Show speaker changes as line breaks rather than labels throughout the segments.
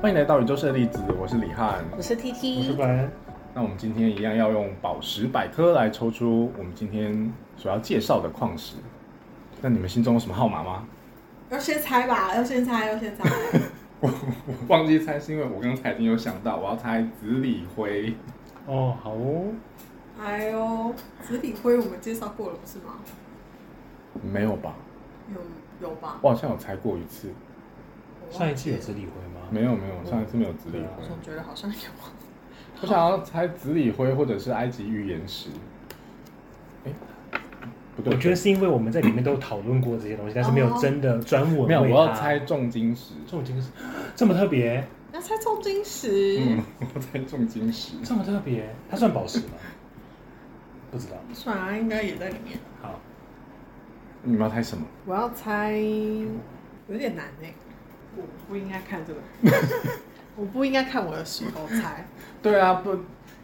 欢迎来到宇宙射粒子，我是李翰。
我是 T
我是
T，
白恩，
那我们今天一样要用宝石百科来抽出我们今天所要介绍的矿石。那你们心中有什么号码吗？
要先猜吧，要先猜，要先猜。
我我忘记猜，是因为我刚才已经有想到，我要猜紫锂辉。
哦，好哦，
哎呦，紫笔灰我们介绍过了不是吗？
没有吧？
有有吧？
我好像有猜过一次。
我忘记
上一次有
了
紫理辉吗？
没有没有，上一次没有紫锂
我
辉。
总觉得好像有。
我想要猜紫锂辉或者是埃及预言石。哎，不对，
我觉得是因为我们在里面都讨论过这些东西，但是没有真的专门
没有，我
为它
要猜重金石。
重金属这么特别，
要猜重金石，
嗯， 我猜重金石。
这么特别，它算宝石吗？不知道。
算啊，应该也在里面。
好，
你们要猜什么？
我要猜，有点难哎、我不应该看 这个，我不应该看我的石头猜。
对啊，不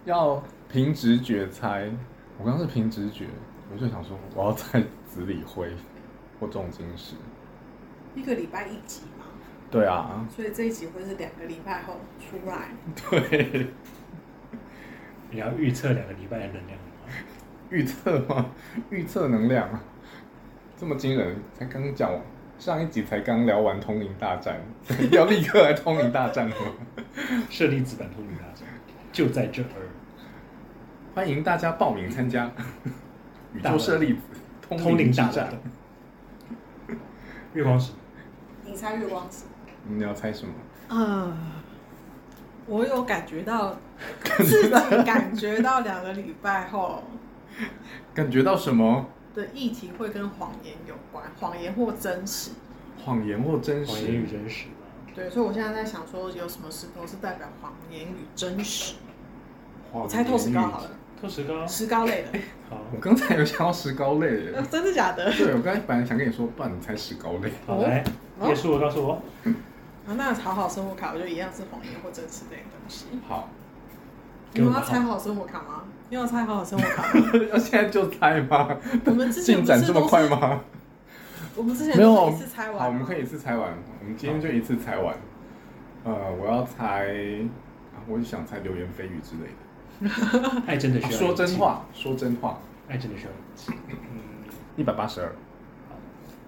要凭直觉猜。我刚刚是凭直觉，我就想说我要猜紫锂辉或重金石。
一个礼拜一集嘛，
对 啊，
所以这一集会是两个礼拜后出来。
对，
你要预测两个礼拜的能量吗？
预测吗？预测能量啊这么惊人，才刚讲完，上一集才刚聊完通灵大战， 要立刻来通灵大战了吗。
舍利子版透明大战就在这儿，
欢迎大家报名参加 宇宙舍利子
通灵
之
大战，月光石。
你猜月光石？
你要猜什么？
嗯，我有感觉到自己感觉到两个礼拜后
感觉到什么？
的议题会跟谎言有关，谎言或真实。
谎言或真
谎言与
实？
真实吧，
对，所以我现在在想说，有什么石头是代表谎言与真实？
谎言
我猜透石膏好
与
了，
透石
哦
膏。
石膏类 的，
好，
我刚才有想到石膏类耶
呃，真的假的？
对我刚才本来想跟你说，不然你猜石膏 类。
好
哦
来，
哦
叶叔，我告诉我，
啊，那好好生活卡，我觉得一样是谎言或真实类的东西。
好，
你们要猜好好生活卡吗？你有猜好好生活卡吗？
要现在就猜吗？
我们之前
进展这么快吗？
我们之前
没有
不是一次猜完吗，
好，我们可以一次猜完，我们今天就一次猜完。呃，我要猜，啊我就想猜流言蜚语之类的。
爱真的需要
啊说
勇气
真，话，说真话，
爱真的需要勇气。嗯，
一百八十二。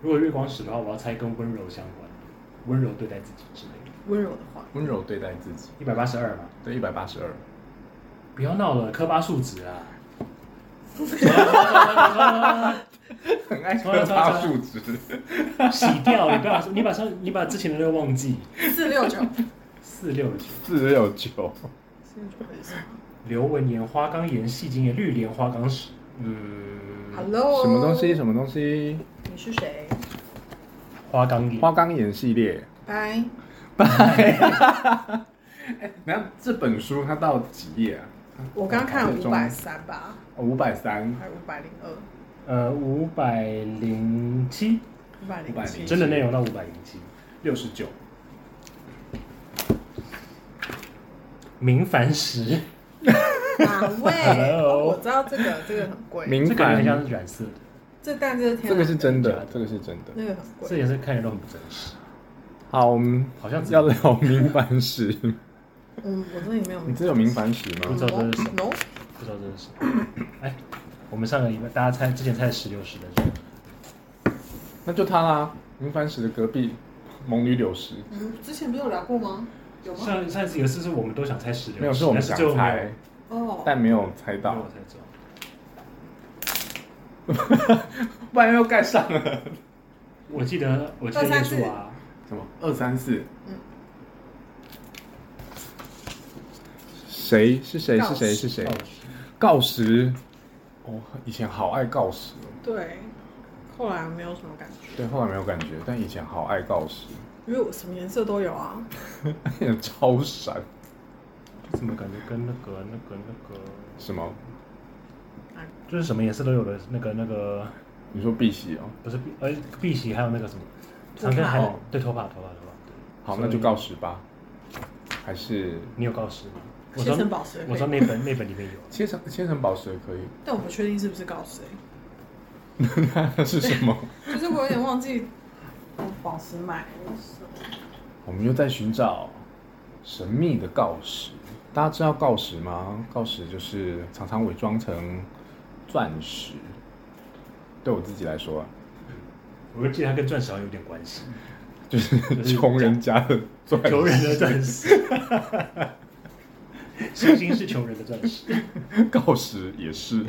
如果月光石的话，我要猜跟温柔相关，温柔对待自己之类的。
温柔的话，
温柔对待自己，
一百八十二嘛，
对，一百八十二。
不要闹了，科巴数值啊。
很爱喝大树 枝，
洗掉，你不要，你把上，你把之前的那个忘记。
四六 九，
四六九，
四六九。
四六九是什么？
流纹岩、花岗岩、细晶岩、绿莲花岗石。嗯，
Hello，
什么东西？？什么东西？
你是谁？
花岗岩。
花岗岩系列。
拜。
那这本书它到几页啊？
我刚看五百三吧，
五百三，
还五百零二，
呃，五百零七，
五百零七。
真的内容到五百零七。
六十九。
明矾石，
哪位哦
Hello
我知道这个，这个很贵。
明
这感觉很像
矾，
是染色的，
这但这是天然
这个是真的
假的，
这个是真的。
那个很
这
贵。
也是看起来都很不真实。
好，我们
好像只
要聊明矾石。
嗯，我这里没有
你
名字。
这有明矾石
不
吗？
知道这是什
no，
不知道这是什么。哎，我们上个礼拜大家猜之前猜石榴石的时候，
那就它啦，明矾石的隔壁，蒙女柳石。
我们之前不是有聊过吗？有吗？
上上一次有一次是啊我们都想猜石榴石，
没有，是我们
但
想
最后没有
猜，
哦，
但没有猜
没有
到，
猜中。
不然又盖上了。
我记得我记得
二
叶
三四
叔啊，
什么？二三四？
嗯
谁是谁是谁
告
是谁
哦？
锆石，我、以前好爱锆石哦，
对。后来没有什么感觉，
对，后来没有感觉，但以前好爱锆 石，
因为我什么颜色都有啊。
超闪，
怎么感觉跟那个那个那个，
什么？
就是什么颜色都有的那个那个，
你说碧玺哦？
不是碧呃碧玺，还有那个什么，
头
长跟
发
海
哦
对头发头发头发。对
好，
所以
那就锆石吧，还是
你有告示吗？我
切成
说
宝石也可
我
以
说那本 那本里面有，
切成切成宝石也可以？
但我不确定是不是锆石、欸，
那是什么？
就是我有点 忘记我宝石买的时候。
我们又在寻找神秘的锆石，大家知道锆石吗？锆石就是常常伪装成钻石。对我自己来说、啊，
我就记得它跟钻石好像有点关系，
就是
就是
穷人家的钻石。
穷人的钻 石，星星是穷人的钻石，
锆石也是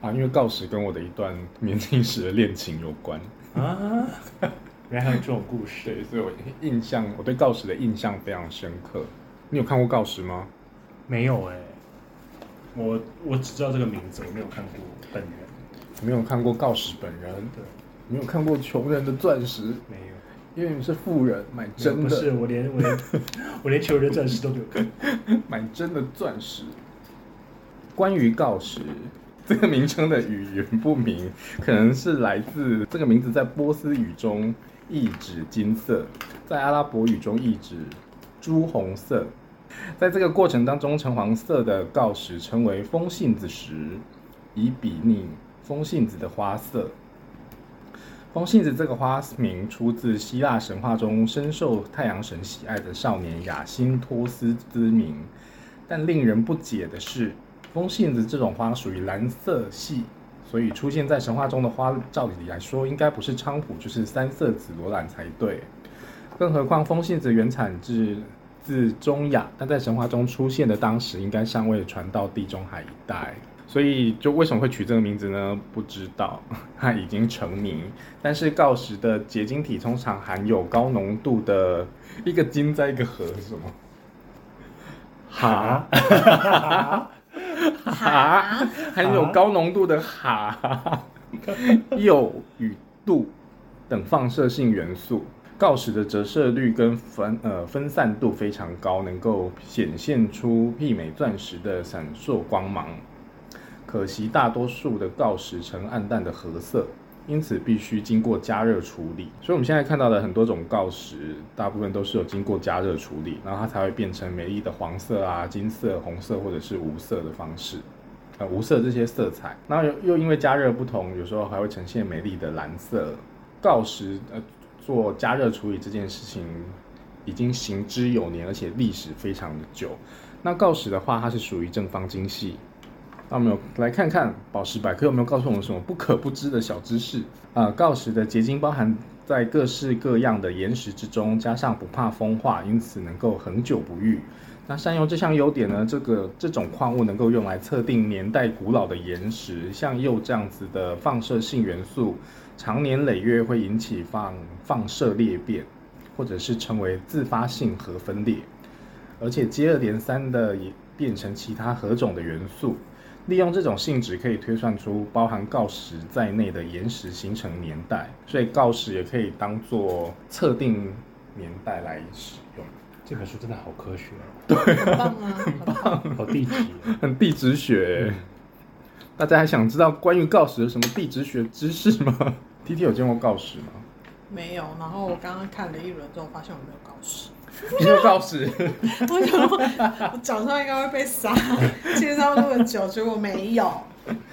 啊，因为锆石跟我的一段年轻时的恋情有关，
啊，原来还有这种故事。
对，所以我印象我对锆石的印象非常深刻。你有看过锆石吗？
没有哎、我我只知道这个名字，我没有看过本人。
没有看过锆石本人，
对，
没有看过穷人的钻石，
没有。
因为你是富人，买
真
真
不是
的，
我连我连我连求人钻石都没有看 过。
买真的钻石。关于锆石 这个名称的语言不明，可能是来自这个名字在波斯语中意指金色，在阿拉伯语中意指朱红色。在这个过程当中，橙黄色的锆石称为风信子石，以比拟风信子的花色。风信子这个花名出自希腊神话中深受太阳神喜爱的少年雅辛托斯之名，但令人不解的是，风信子这种花属于蓝色系，所以出现在神话中的花，照理来说应该不是菖蒲就是三色紫罗兰才对。更何况风信子原产自自中亚，但在神话中出现的当时应该尚未传到地中海一带，所以就为什么会取这个名字呢？不知道，它已经成名。但是锆石的结晶体通常含有高浓度的一个金在一个核是什么？
啊
哈，哈，含有高浓度的哈、铀与镀等放射性元素。锆石的折射率跟分呃分散度非常高，能够显现出媲美钻石的闪烁光芒。可惜大多数的锆石呈暗淡的褐色，因此必须经过加热处理。所以我们现在看到的很多种锆石，大部分都是有经过加热处理，然后它才会变成美丽的黄色啊、金色、红色或者是无色的方式。呃，无色这些色彩，那又又因为加热不同，有时候还会呈现美丽的蓝色。锆石呃做加热处理这件事情已经行之有年，而且历史非常的久。那锆石的话，它是属于正方晶系，那我们有来看看宝石百科有没有告诉我们什么不可不知的小知识啊、呃锆石的结晶包含在各式各样的岩石之中，加上不怕风化，因此能够恒久不愈。那善用这项优点呢，这个这种矿物能够用来测定年代古老的岩石，像铀这样子的放射性元素，常年累月会引起放放射裂变，或者是称为自发性核分裂，而且接二连三的也变成其他核种的元素。利用这种性质，可以推算出包含锆石在内的岩石形成年代，所以锆石也可以当做测定年代来使 用。
这本书真的好科学、哦，
很棒啊，很棒！
好地质哦、
很地质学欸。大家还想知道关于锆石有什么地质学知识吗 ？T T 有见过锆石吗？
没有，然后我刚刚看了一轮之后，发现我没有高石，
你有锆石？
我想说我早上应该会被杀， 介绍那么久，结果没有。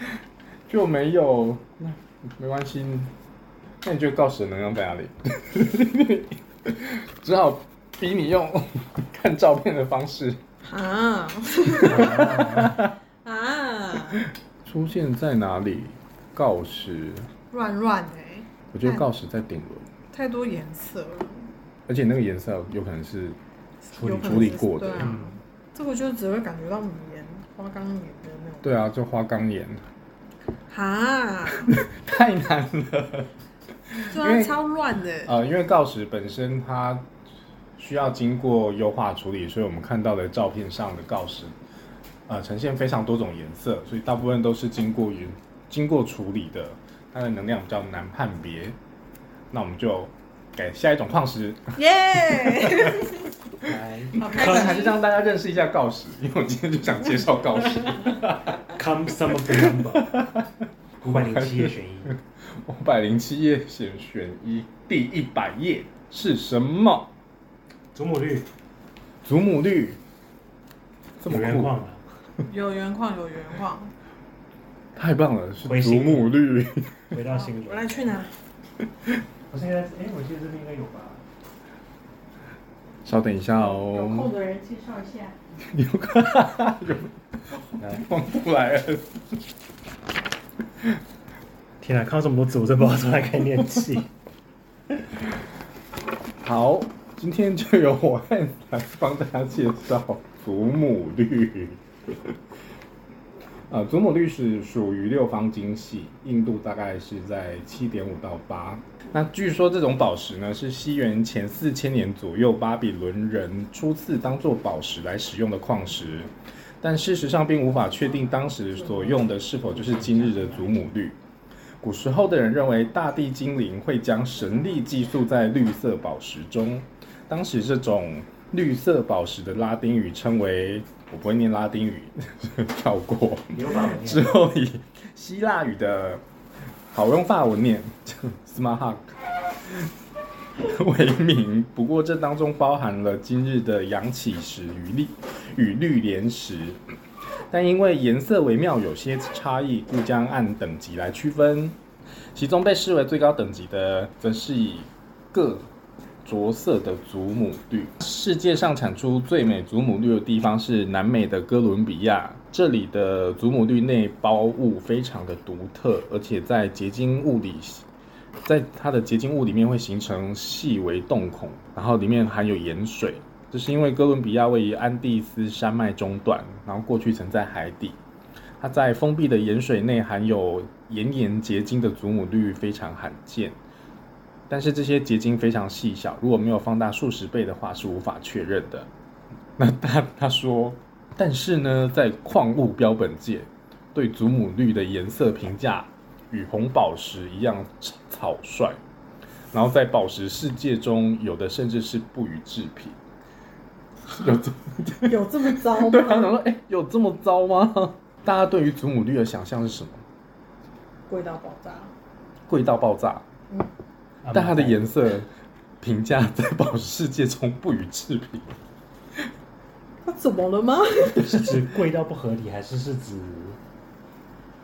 就没有，那没关系。那你觉得锆石的能量在哪里？ 只好逼你用看照片的方式。
啊 啊，
出现在哪里？锆石，
乱乱哎，
我觉得锆石在顶轮，
太多颜色了，
而且那个颜色有可能是
处理
有可能
处理
是
过的
对
嗯
啊，这个就只会感觉到米盐、花岗岩的那种。
对啊，就花岗岩，
哈，
太难了。因
对
为
啊，超乱的。
呃，因为锆石本身它需要经过优化处理，所以我们看到的照片上的锆石，呃，呈现非常多种颜色，所以大部分都是经过云经过处理的，它的能量比较难判别。那我们就改下一种矿石，
耶！
来
好开
呃可能
心，
还是让大家认识一下锆石，因为我今天就想介绍锆石。
，Come some of the number，五 百零七页选一，
五百零七页选选一，第一百页是什么？
祖母绿，
祖母绿，这么
有人
酷，
忘了，
有原矿，有原矿。
太棒了，是
回
祖
信
母 绿。
回到新
我来
轮。
去拿。
我现在，哎、我记得这边应该有吧？
稍等一下
有
哦
空，的人介绍一下。
放不来了。
天啊，看到这么多字，我真不知道从哪开 始念起。
好，今天就由我汉来帮大家介绍祖母绿。呃， 祖母绿是属于六方晶系，硬度大概是在七点五到八。那据说这种宝石呢，是西元前四千年左右巴比伦人初次当做宝石来使用的矿石，但事实上并无法确定当时所用的是否就是今日的祖母绿。古时候的人认为大地精灵会将神力寄宿在绿色宝石中。当时这种绿色宝石的拉丁语称为，我不会念拉丁语， 跳过。
你又把我
之
念，
后以希腊语的好用法文念 smart hug 为名，不过这当中包含了今日的阳起石与绿与绿莲石，但因为颜色微妙有些差异，故将按等级来区分。其中被视为最高等级的，则是以各着色的祖母绿。世界上产出最美祖母绿的地方是南美的哥伦比亚，这里的祖母绿内包物非常的独特，而且在结晶物里，在它的结晶物里面会形成细微洞孔，然后里面含有盐水。这是因为哥伦比亚位于安第斯山脉中段，然后过去曾在海底。它在封闭的盐水内含有盐盐结晶的祖母绿非常罕见。但是这些结晶非常细小，如果没有放大数十倍的话，是无法确认的。那他他说，但是呢，在矿物标本界，对祖母绿的颜色评价与红宝石一样草率，然后在宝石世界中，有的甚至是不予置评。有这
有这么糟
对他想
吗？
说，哎、有这么糟吗？ 大家对于祖母绿的想象是什么？
贵到爆炸，
贵到爆炸，但它的颜色评价在宝石世界中不予置评。
他怎么了吗？
是指贵到不合理，还是是指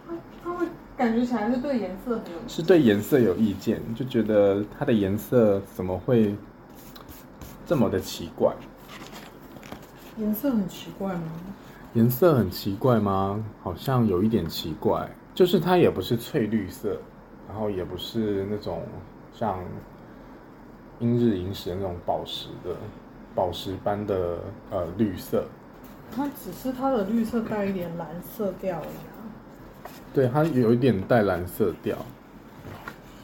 他他会感觉起来是对颜色很有
是对颜色有意见，就觉得它的颜色怎么会这么的奇怪？
颜色很奇怪吗？
颜色很奇怪吗？好像有一点奇怪，就是它也不是翠绿色，然后也不是那种像英日银石的那种宝石的宝石般的呃绿色，
它只是它的绿色带一点蓝色调而已啊，
对，它有一点带蓝色调。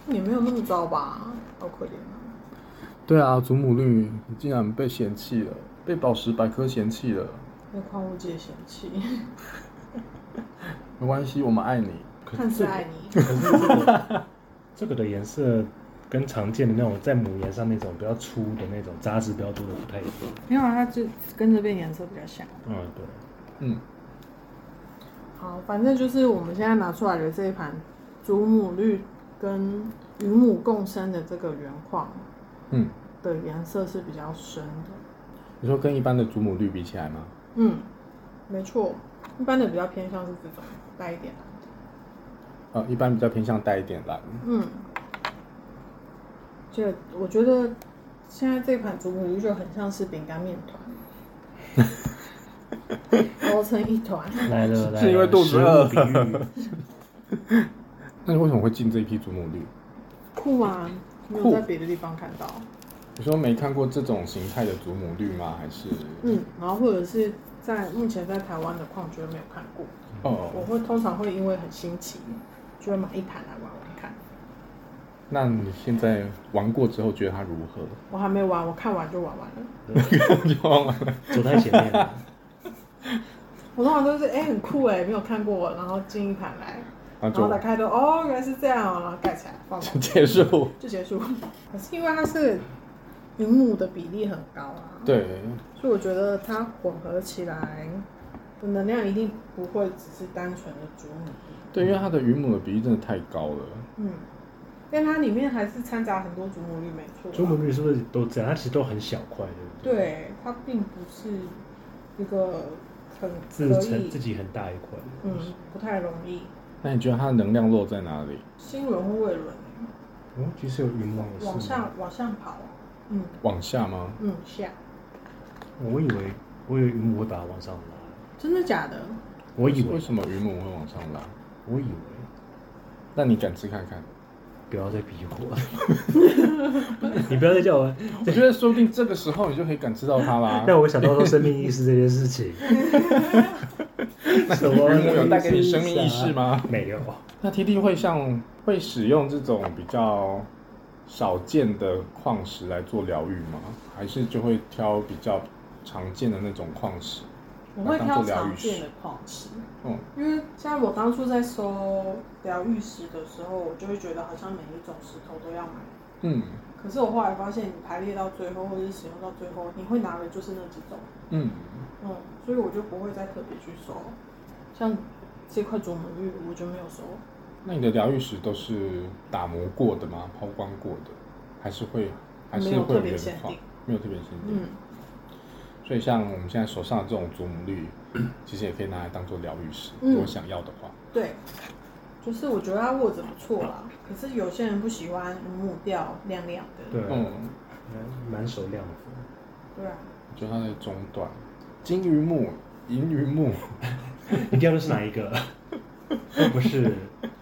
也没有那么糟吧？好可怜啊！
对啊，祖母绿竟然被嫌弃了，被宝石百科嫌弃了。
被矿物界嫌 弃，
没关系，我们爱你。
看似爱你，
可是这个这个的颜色跟常见的那种在母岩上那种比较粗的那种杂质比较多的不太一样。
没有啊，它就跟这边颜色比较像。
嗯，对，
嗯，
好，反正就是我们现在拿出来的这一盘祖母绿跟与母共生的这个原矿
嗯，
的颜色是比较深的。
你说跟一般的祖母绿比起来吗？
嗯，没错，一般的比较偏向是这种带一点蓝的。
呃，一般比较偏向带一点蓝。
嗯，这我觉得现在这款祖母绿就很像是饼干面团， 揉成一团。
来了来了，
是因为肚子啊
食物
饿
比喻
那你为什么会进这一批祖母绿？
酷啊！没有
酷
在别的地方看到。
你说没看过这种形态的祖母绿吗？还是
嗯，然后或者是在目前在台湾的矿区没有看过，我
哦？
会通常会因为很新奇，就会买一盘来玩玩看。
那你现在玩过之后觉得它如何？
我还没玩，我看完就玩完了。
就玩完了
走太前 面了。
我通常都是哎、很酷哎、没有看过，然后进一盘来，
然
然后
后
打开都哦原来是这样哦，然后盖起来 放
就
着
啊结束。
就结束。 可是因为它是云母的比例很高啊，，
对，
所以我觉得它混合起来的能量一定不会只是单纯的主母。
对，因为它的云母的比例真的太高了。
嗯，但它里面还是掺杂很多祖母绿，没错啊。
祖母绿是不是都这样？它其实都很小块，对不对？
对，它并不是一个很
自
可
成自
以，
己很大一块。
嗯，不太容易。
那你觉得它的能量落在哪里？
新轮或未轮
哦，其实有云网也是吗
往上往上跑，嗯
往下吗？
嗯下，
我以为我以为云母会把它往上拉，
真的假的？
我以
为
为
什么云母会往上拉？
我以为
那你敢吃看 看？
不要再逼 我了，你不要再叫 我。
我觉得说不定这个时候你就可以感知到它 啦。
让我想到说生命意识这件事 情。什么？
云母有带给你生命意识？吗？
啊没有。
那 T D 会像会使用这种比较少见的矿石来做疗愈吗？还是就会挑比较常见的那种矿石？
我会挑常见的矿石，
嗯，
因为像我当初在收疗愈石的时候，我就会觉得好像每一种石头都要买。
嗯
可是我后来发现，你排列到最后，或者是使用到最后，你会拿的就是那几种，
嗯，
嗯，所以我就不会再特别去收。像这块啄木玉，我就没有收。
那你的疗愈石都是打磨过的吗？抛光过的，还是会还是
没有
会
特
有
别
原
限
矿
定？
没有特别限定。
嗯，
所以像我们现在手上的这种祖母绿， 其实也可以拿来当做疗愈石，
嗯
如果想要的话。
对，就是我觉得它握着不错啦。可是有些人不喜欢木调亮亮的，
对，啊
嗯，
满手亮子。
对啊，
我觉得它在中段，金鱼木、银鱼木，
你掉的是哪一 个？不是，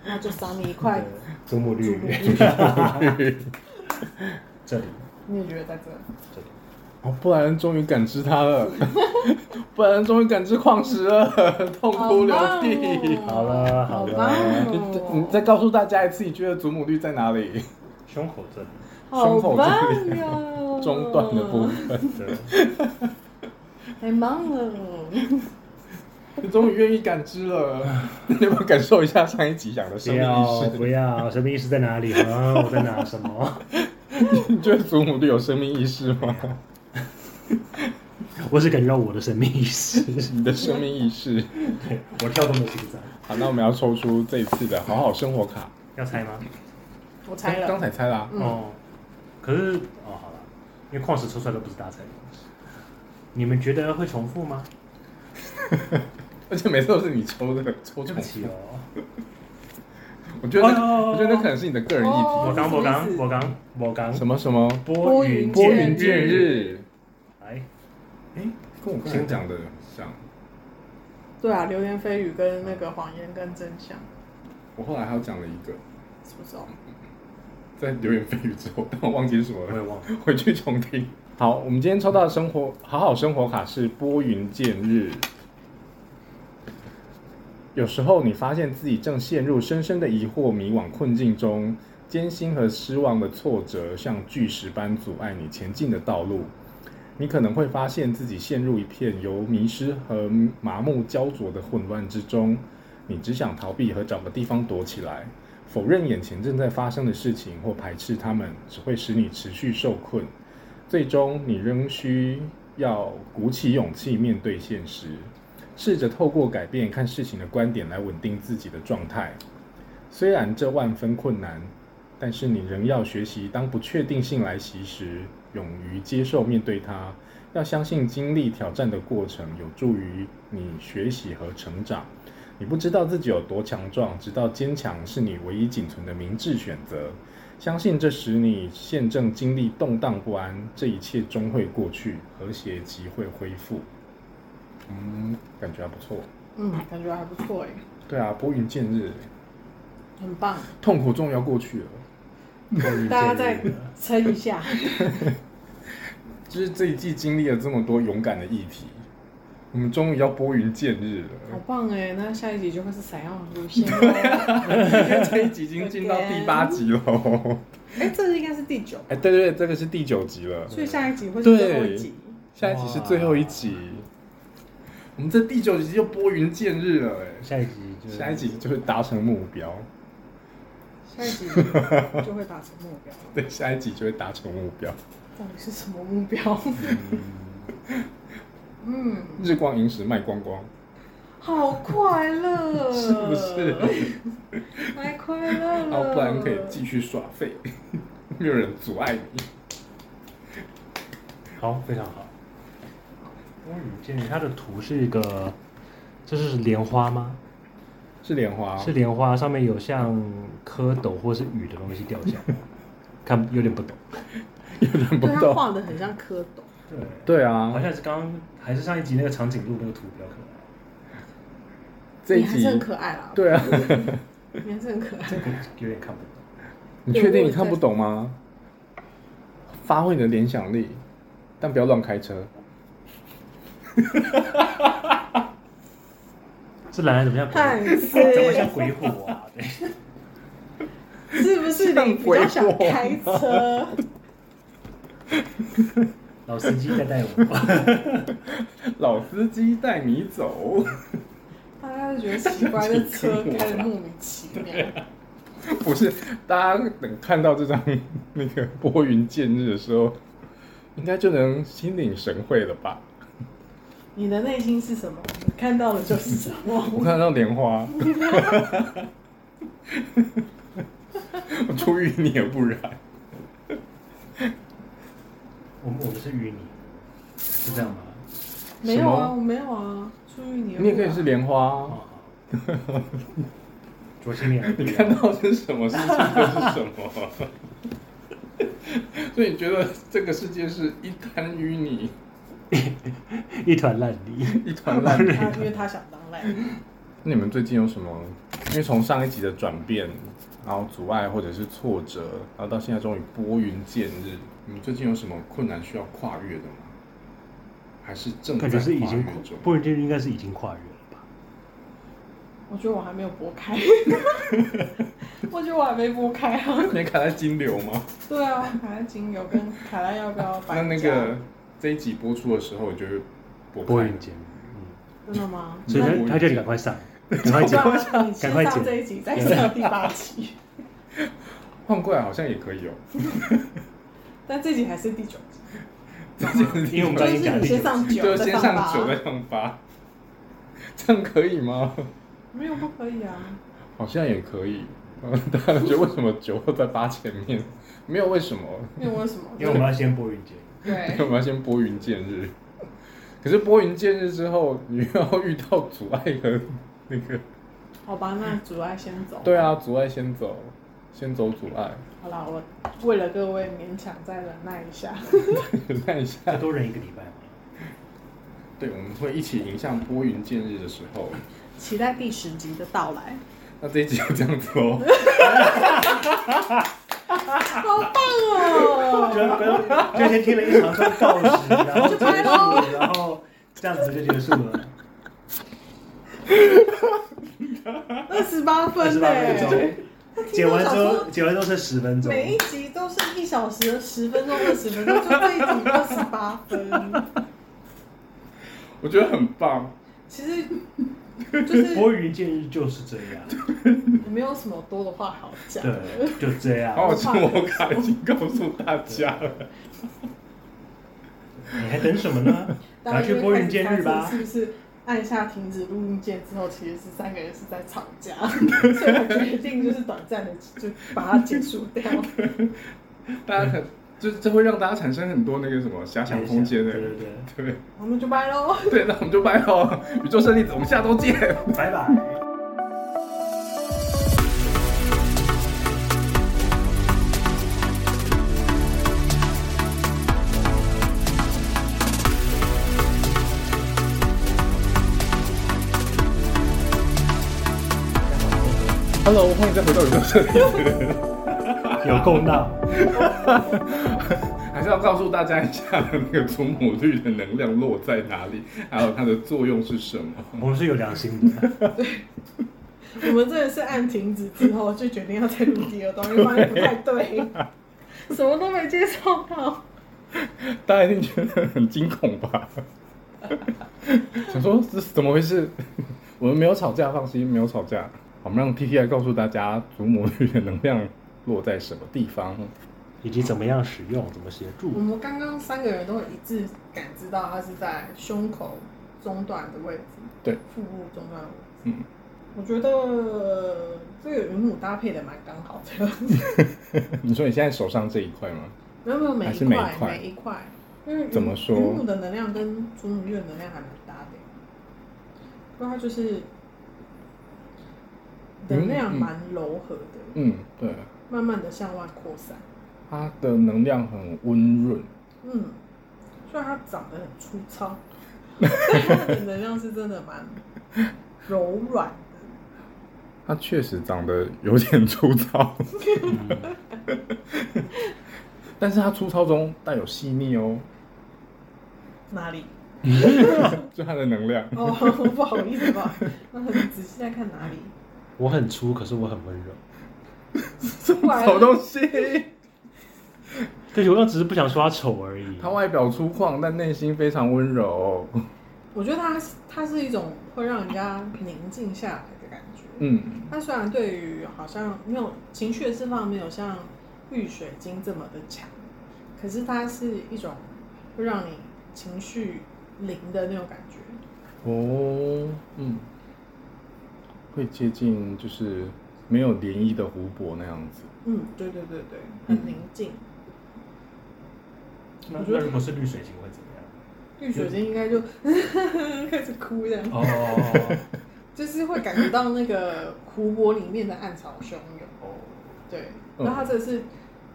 那就赏你一块。
祖母绿
祖母。
这里，
你也觉得在这？
这里。
哦，布莱恩终于感知它了， 布莱恩终于感知矿石 了，痛哭流涕。啊
好
好了好
好
了
棒
你
哦
你再告诉大家一次，你觉得祖母绿在哪里？
胸口这里。
胸
好
口
棒
这里
哦！
中段的部分，
对，
太棒了。
你终于愿意感知 了。你有没有感受一下上一集讲的
不
生命
要
意
不
识？
要，生命意识在哪里？ 啊，我在哪？什么？
你觉得祖母绿有生命意识吗？
我只感觉到我的生命意识，
你的生命意识。
对我跳动的心脏。
好，那我们要抽出这一次的好好生活卡。
要猜吗？
我猜
刚
了，
才猜啦、
嗯
哦，可是哦，好了，因为矿石抽出来都不是大彩的东西你们觉得会重复吗？
而且每次都是你抽的，抽
对
重
不起
复。
哦，
我觉得那，
哎呦
我觉得那可能是你的个人议题。
哦
我刚
什
我
么意
刚
思
我刚我刚
什么什么
拨云
拨
拨
云见
云见
日，
来，哎
跟我刚才讲的像。
对啊，流言蜚语跟那个谎言跟真相，
我后来还有讲了一个，
是不是哦？
在流言蜚语之后，但我忘记是什么
我也
了，
忘了，
回去重听。好，我们今天抽到的生活好好生活卡是拨云见日。有时候你发现自己正陷入深深的疑惑、迷惘、困境中，艰辛和失望的挫折像巨石般阻碍你前进的道路。你可能会发现自己陷入一片由迷失和麻木焦灼的混乱之中，你只想逃避和找个地方躲起来，否认眼前正在发生的事情或排斥它们，只会使你持续受困。最终，你仍需要鼓起勇气面对现实，试着透过改变看事情的观点来稳定自己的状态。虽然这万分困难，但是你仍要学习，当不确定性来袭时，勇于接受面对它。要相信经历挑战的过程有助于你学习和成长。你不知道自己有多强壮，直到坚强是你唯一仅存的明智选择。相信这时你现正经历动荡不安，这一切终会过去，和谐即会恢复。嗯，感觉还不错。
嗯，感觉还不错哎，
对啊，拨云见日，
很棒。
痛苦终于要过去了。
大家再撑一下。
就是这一季经历了这么多勇敢的议题，我们终于要拨云见日
好
了。
棒哎！那下一集就会是闪耀的路线哦。
因为 这一集已经进到第八集了。哦
哎，这应该是第九，
哎，对对对，这个是第九集了，
所以下一集会是最后
对
一集。
下一集是最后一集。我们这第九集就拨云见日了，哎，
下一集就是
下一集就会达成目标。
下一集就会达成目标。
对，下一集就会达成目标。
到底是什么目标？嗯，
日光萤石卖光光，
好快乐，
是不是？
太快乐
然后
了，
不然可以继续耍废， 没有人阻碍你。
好，非常好。我宇建议它的图是一个，这是莲花吗？
是莲花，
是莲花，上面有像蝌蚪或是雨 的东西掉下来，看有点不懂。
有点不
对他
懂。
画的很像蝌蚪，
对，
对
好
啊，
像是刚刚还是上一集那个长颈鹿那个图比较可爱，
这
你
一
还
集
是很可爱啦，
对啊，
你还是很可爱。
这个有点看不懂。
你确定你看不懂吗？发挥你的联想力，但不要乱开车。
这蓝蓝怎么像
汉
鬼？
斯
怎么像鬼火啊？ 对，
是不是你比较想开车？
老司机在带我。
老司机带你走，
大家就觉得奇怪，这车开的莫名其妙。
不是大家等看到这张那个拨云见日的时候，应该就能心领神会了吧？
你的内心是什么？你看到的就是什
我
么？
看到莲花， 我出淤泥而不染。
我们我们是淤泥，是这样吗？
没有啊，
什么
我没有啊，出于你的
你也可以
话
是莲花啊，
哦，卓心莲，
你看到是什么事情就是什么。 所以你觉得这个世界是一滩淤泥，
一团烂泥。
一团烂泥？
他因为他想当赖。
那你们最近有什么？因为从上一集的转变，然后阻碍或者是挫折，然后到现在终于拨云见日，你们最近有什么困难需要跨越的吗？还是正在跨
感觉
越
是已经 跨
中？
不一定应该是已经跨越了吧？
我觉得我还没有拨开， 我觉得我还没拨开啊。
你卡在金流吗？
对啊，卡莱精油跟卡莱要不要
那
搬
那
家
个这一集播出的时候，你就会播
拨
开
云见日，嗯，
真的吗？
所以
那我
他他叫你赶快 上，赶快
不
剪
然。你
赶
先
快
上
剪
这一集，再上第八集，
换过来好像也可以哦。
但这集还是第九集，
因为我们
就
刚
是
刚讲
你先上
就
九，
先
再
上
八
九，再上八， 这样可以吗？
没有不可以啊。
好像也可以。嗯 大家觉得为什么九要在八前面？没有为什么，
因为为什么？
因为我们要先拨云见日，
我，
对
们要先拨云见日。可是拨云见日之后，你又要遇到阻碍和那个，
好吧，那阻碍先走。
对，啊，阻碍先走，先走阻碍，
好啦，我为了各位勉强再忍耐一下。
忍耐一
再
下。
多忍一个礼拜嘛。
对，我们会一起迎向拨云见日的时候。
期待第十集的到来，
那这一集就这样子哦。
好棒哦！
就就先听了一长串告示，然后结
就拍咯
束，然后这样子就结束 了。
二十八
二
分
十八分
嘞，
钟，剪完之后，剪完之后是十分钟，
每一集都是一小时十分钟、二十分钟，就这一集二十八分，
我觉得很棒，
其实就是
拨云见日就是这样，
也没有什么多的话好讲。
对，就这样。
好好听我卡已经告诉大家了。
你还等什么呢？
大
赶快
家
去
就
拨
会
云见
开
日
始发
吧
现是！不是按下停止录音键之后，其实是三个人是在吵架， 所以我决定就是短暂的就把它结束掉。
大家很，就这会让大家产生很多那个什么遐想空间的，
对对对，
对
我们就拜喽。
对，那我们就拜喽，宇宙胜利者，我们下周见。
拜拜。
Hello，欢迎再回到宇宙胜利者，
有够闹，
还是要告诉大家一下那个祖母绿的能量落在哪里， 还有它的作用是什么。
我们是有良心的。
我们真的是按停止之后就决定要再录第二段，因为发现不太对，什么都没接受到。
大家一定觉得很惊恐吧？ 想说这是怎么回事？ 我们没有吵架，放心，没有吵架。我们让 T T 来告诉大家祖母绿的能量落在什么地方。
以及怎么样使用，怎么协
我
助。
们刚刚三个人都一致感知到它是在胸口中段的位置，
对，
腹部中段的位置。
嗯，
我觉得呃这个云母搭配的蛮刚好的。
嗯你说你现在手上这一块吗？
没有没有，每
还
一
是每一
块
块
每一块，因为
怎么说
云母的能量跟祖母绿的能量还蛮搭的，不过它就是能量
嗯嗯
蛮柔和的，
嗯，对，
慢慢的向外扩散。
它的能量很温润，
嗯，所以它长得很粗 糙，但它的能量是真的蛮柔软的。
它确实长得有点粗糙，但是它粗糙中带有细腻哦，
哪里？
就它的能量。
哦， 不好意思，不好意思，那很仔细在看哪里？
我很粗，可是我很温柔。
什么
然
丑东西？
对，我刚只是不想说他丑而已。
它外表粗犷，但内心非常温柔。
我觉得它它是一种会让人家宁静下来的感觉。
嗯，
它虽然对于好像没有情绪的释放没有像绿水晶这么的强，可是它是一种会让你情绪零的那种感觉。
哦，嗯，会接近就是没有涟漪的湖泊那样子。
嗯，对对对对，很宁静。
那
我觉得
那如果是绿水晶会怎么样？
绿水晶应该就 开始哭这样，
哦
就是会感觉到那个湖泊里面的暗潮汹涌。
哦，
对，
嗯
那它这是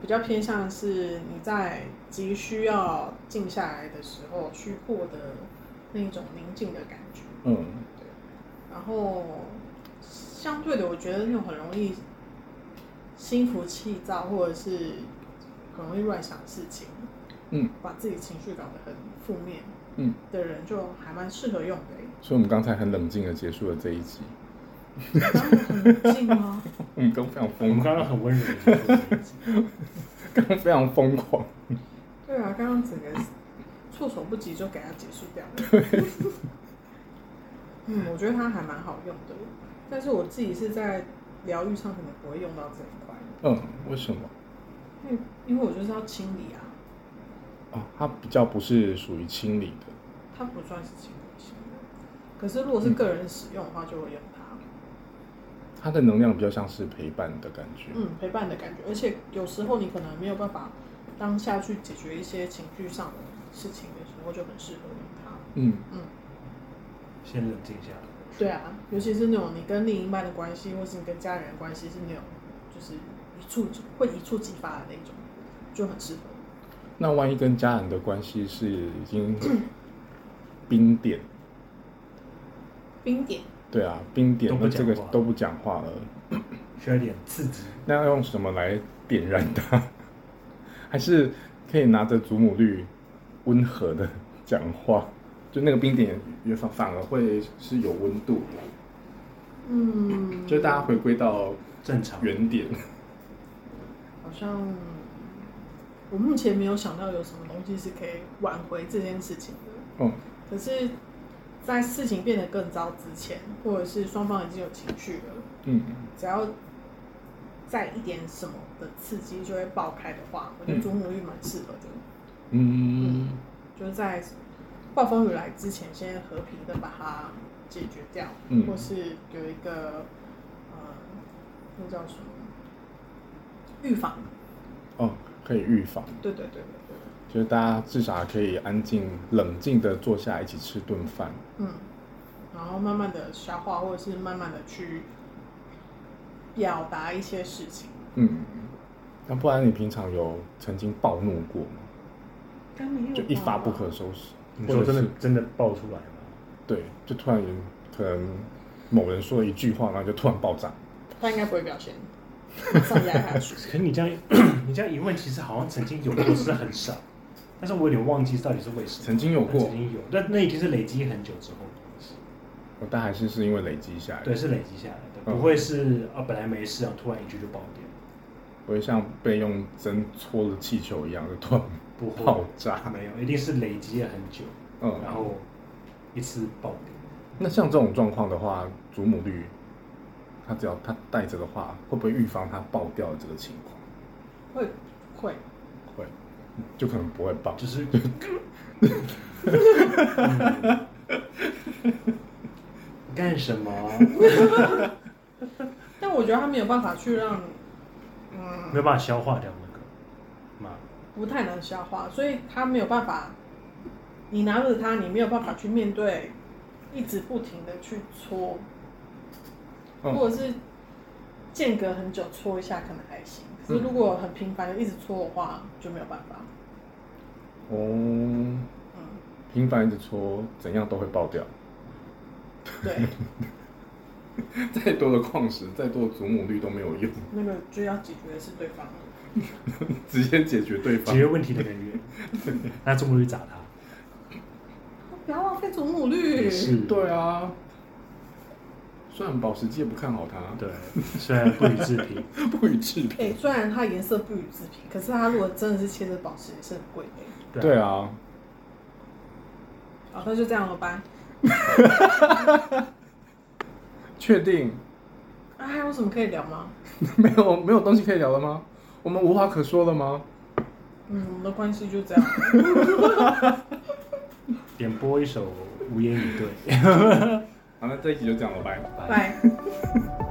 比较偏向是你在急需要静下来的时候去获得那种宁静的感觉。
嗯，
然后相对的，我觉得那种很容易心浮气躁，或者是很容易乱想事情，
嗯，
把自己情绪搞得很负面，
嗯，
的人就还蛮适合用的耶。
所以我们刚才很冷静的结束了这一集，
然后很静吗？
我们刚非常
我
疯
们
狂，
刚刚很温柔地说这一集。
刚刚非常疯狂。
对啊，刚刚整个措手不及就给它结束掉了。 嗯，我觉得它还蛮好用的，但是我自己是在疗愈上可能不会用到这一块，
嗯，为什么？
因为因为我就是要清理啊，
哦，它比较不是属于清理的。
它不算是清理型的。可是如果是个人使用的话，就会用它，
它的能量比较像是陪伴的感觉。
嗯，陪伴的感觉。而且有时候你可能没有办法当下去解决一些情绪上的事情的时候，就很适合用它。
嗯
嗯，
先冷静下来。
对啊，尤其是那种你跟另一半的关系，或是你跟家人的关系是那种，就是一触即会一触即发的那种，就很适合。
那万一跟家人的关系是已经冰点，
冰点，
对啊，冰点，
都不
那这个
讲话
都不讲话了，
需要一点刺激。
那要用什么来点燃它？ 还是可以拿着祖母绿温和的讲话，就那个冰点也反反而会是有温度的，
嗯，
就大家回归到
正常
原点。
好像我目前没有想到有什么东西是可以挽回这件事情的。
嗯
可是，在事情变得更糟之前，或者是双方已经有情绪了，
嗯
只要再一点什么的刺激就会爆开的话，我觉得祖母绿蛮适合的。
嗯，
就是在暴风雨来之前，先和平的把它解决掉，
嗯
或是有一个呃，那叫什么预防？
哦，可以预防，
对对对对
就是大家至少可以安静、冷静的坐下来一起吃顿饭。
对，嗯，然后慢慢的消化，或者是慢慢的去表达一些事情。
嗯，那不然你平常有曾经暴怒过吗？
刚没有
就一发不可收拾，
你
或
说
者
真
是
的真的爆出来吗？
对，就突然有可能某人说了一句话，然后就突然爆炸。
他应该不会表 现，马上压下去。
可是你这样你这样一问，其实好像曾经有过，只是很少。但是我有点忘记到底是为什么。
曾经有过
曾经有，但那已经是累积很久之后的东西。
哦但还是是因为累积下来，
对，，是累积下来的，
嗯
不会是啊本来没事啊，突然一句就爆掉，
不会像被用针戳了气球一样就突然
不会
爆炸。
没有，一定是累积了很久，
嗯，
然后一次爆掉。
那像这种状况的话，祖母绿，它只要它带着的话，会不会预防它爆掉的这个情况？
会会，
会，就可能不会爆。
就是 干什么？
但我觉得他没有办法去让，嗯
没，有办法消化掉那个嘛，
不太能消化，所以他没有办法，你拿着它，你没有办法去面对，一直不停的去搓，
嗯
或者是间隔很久搓一下可能还行，可是如果很频繁的一直搓的话就没有办法。
哦，
嗯，
频繁一直搓，怎样都会爆掉。
对，
再多的矿石，再多的祖母绿都没有用，
那个就要解决的是对方的。
直接解决对
解
方
决。问题的人 员，那中国去砸他，
不要浪费祖母绿。
是，
对啊，虽然保时捷不看好它，
对，虽然不予置评，
不予置评。
哎、虽然它颜色不予置评，可是它如果真的是切着宝石也是很贵的。
对啊，
好，那就这样了吧。
确定
啊，还有什么可以聊吗？
没有没有东西可以聊了吗？我们无话可说了吗？
嗯，我们的关系就这样。
点播一首《无言以对》，
好，那这一集就这样了，拜。
拜。
拜。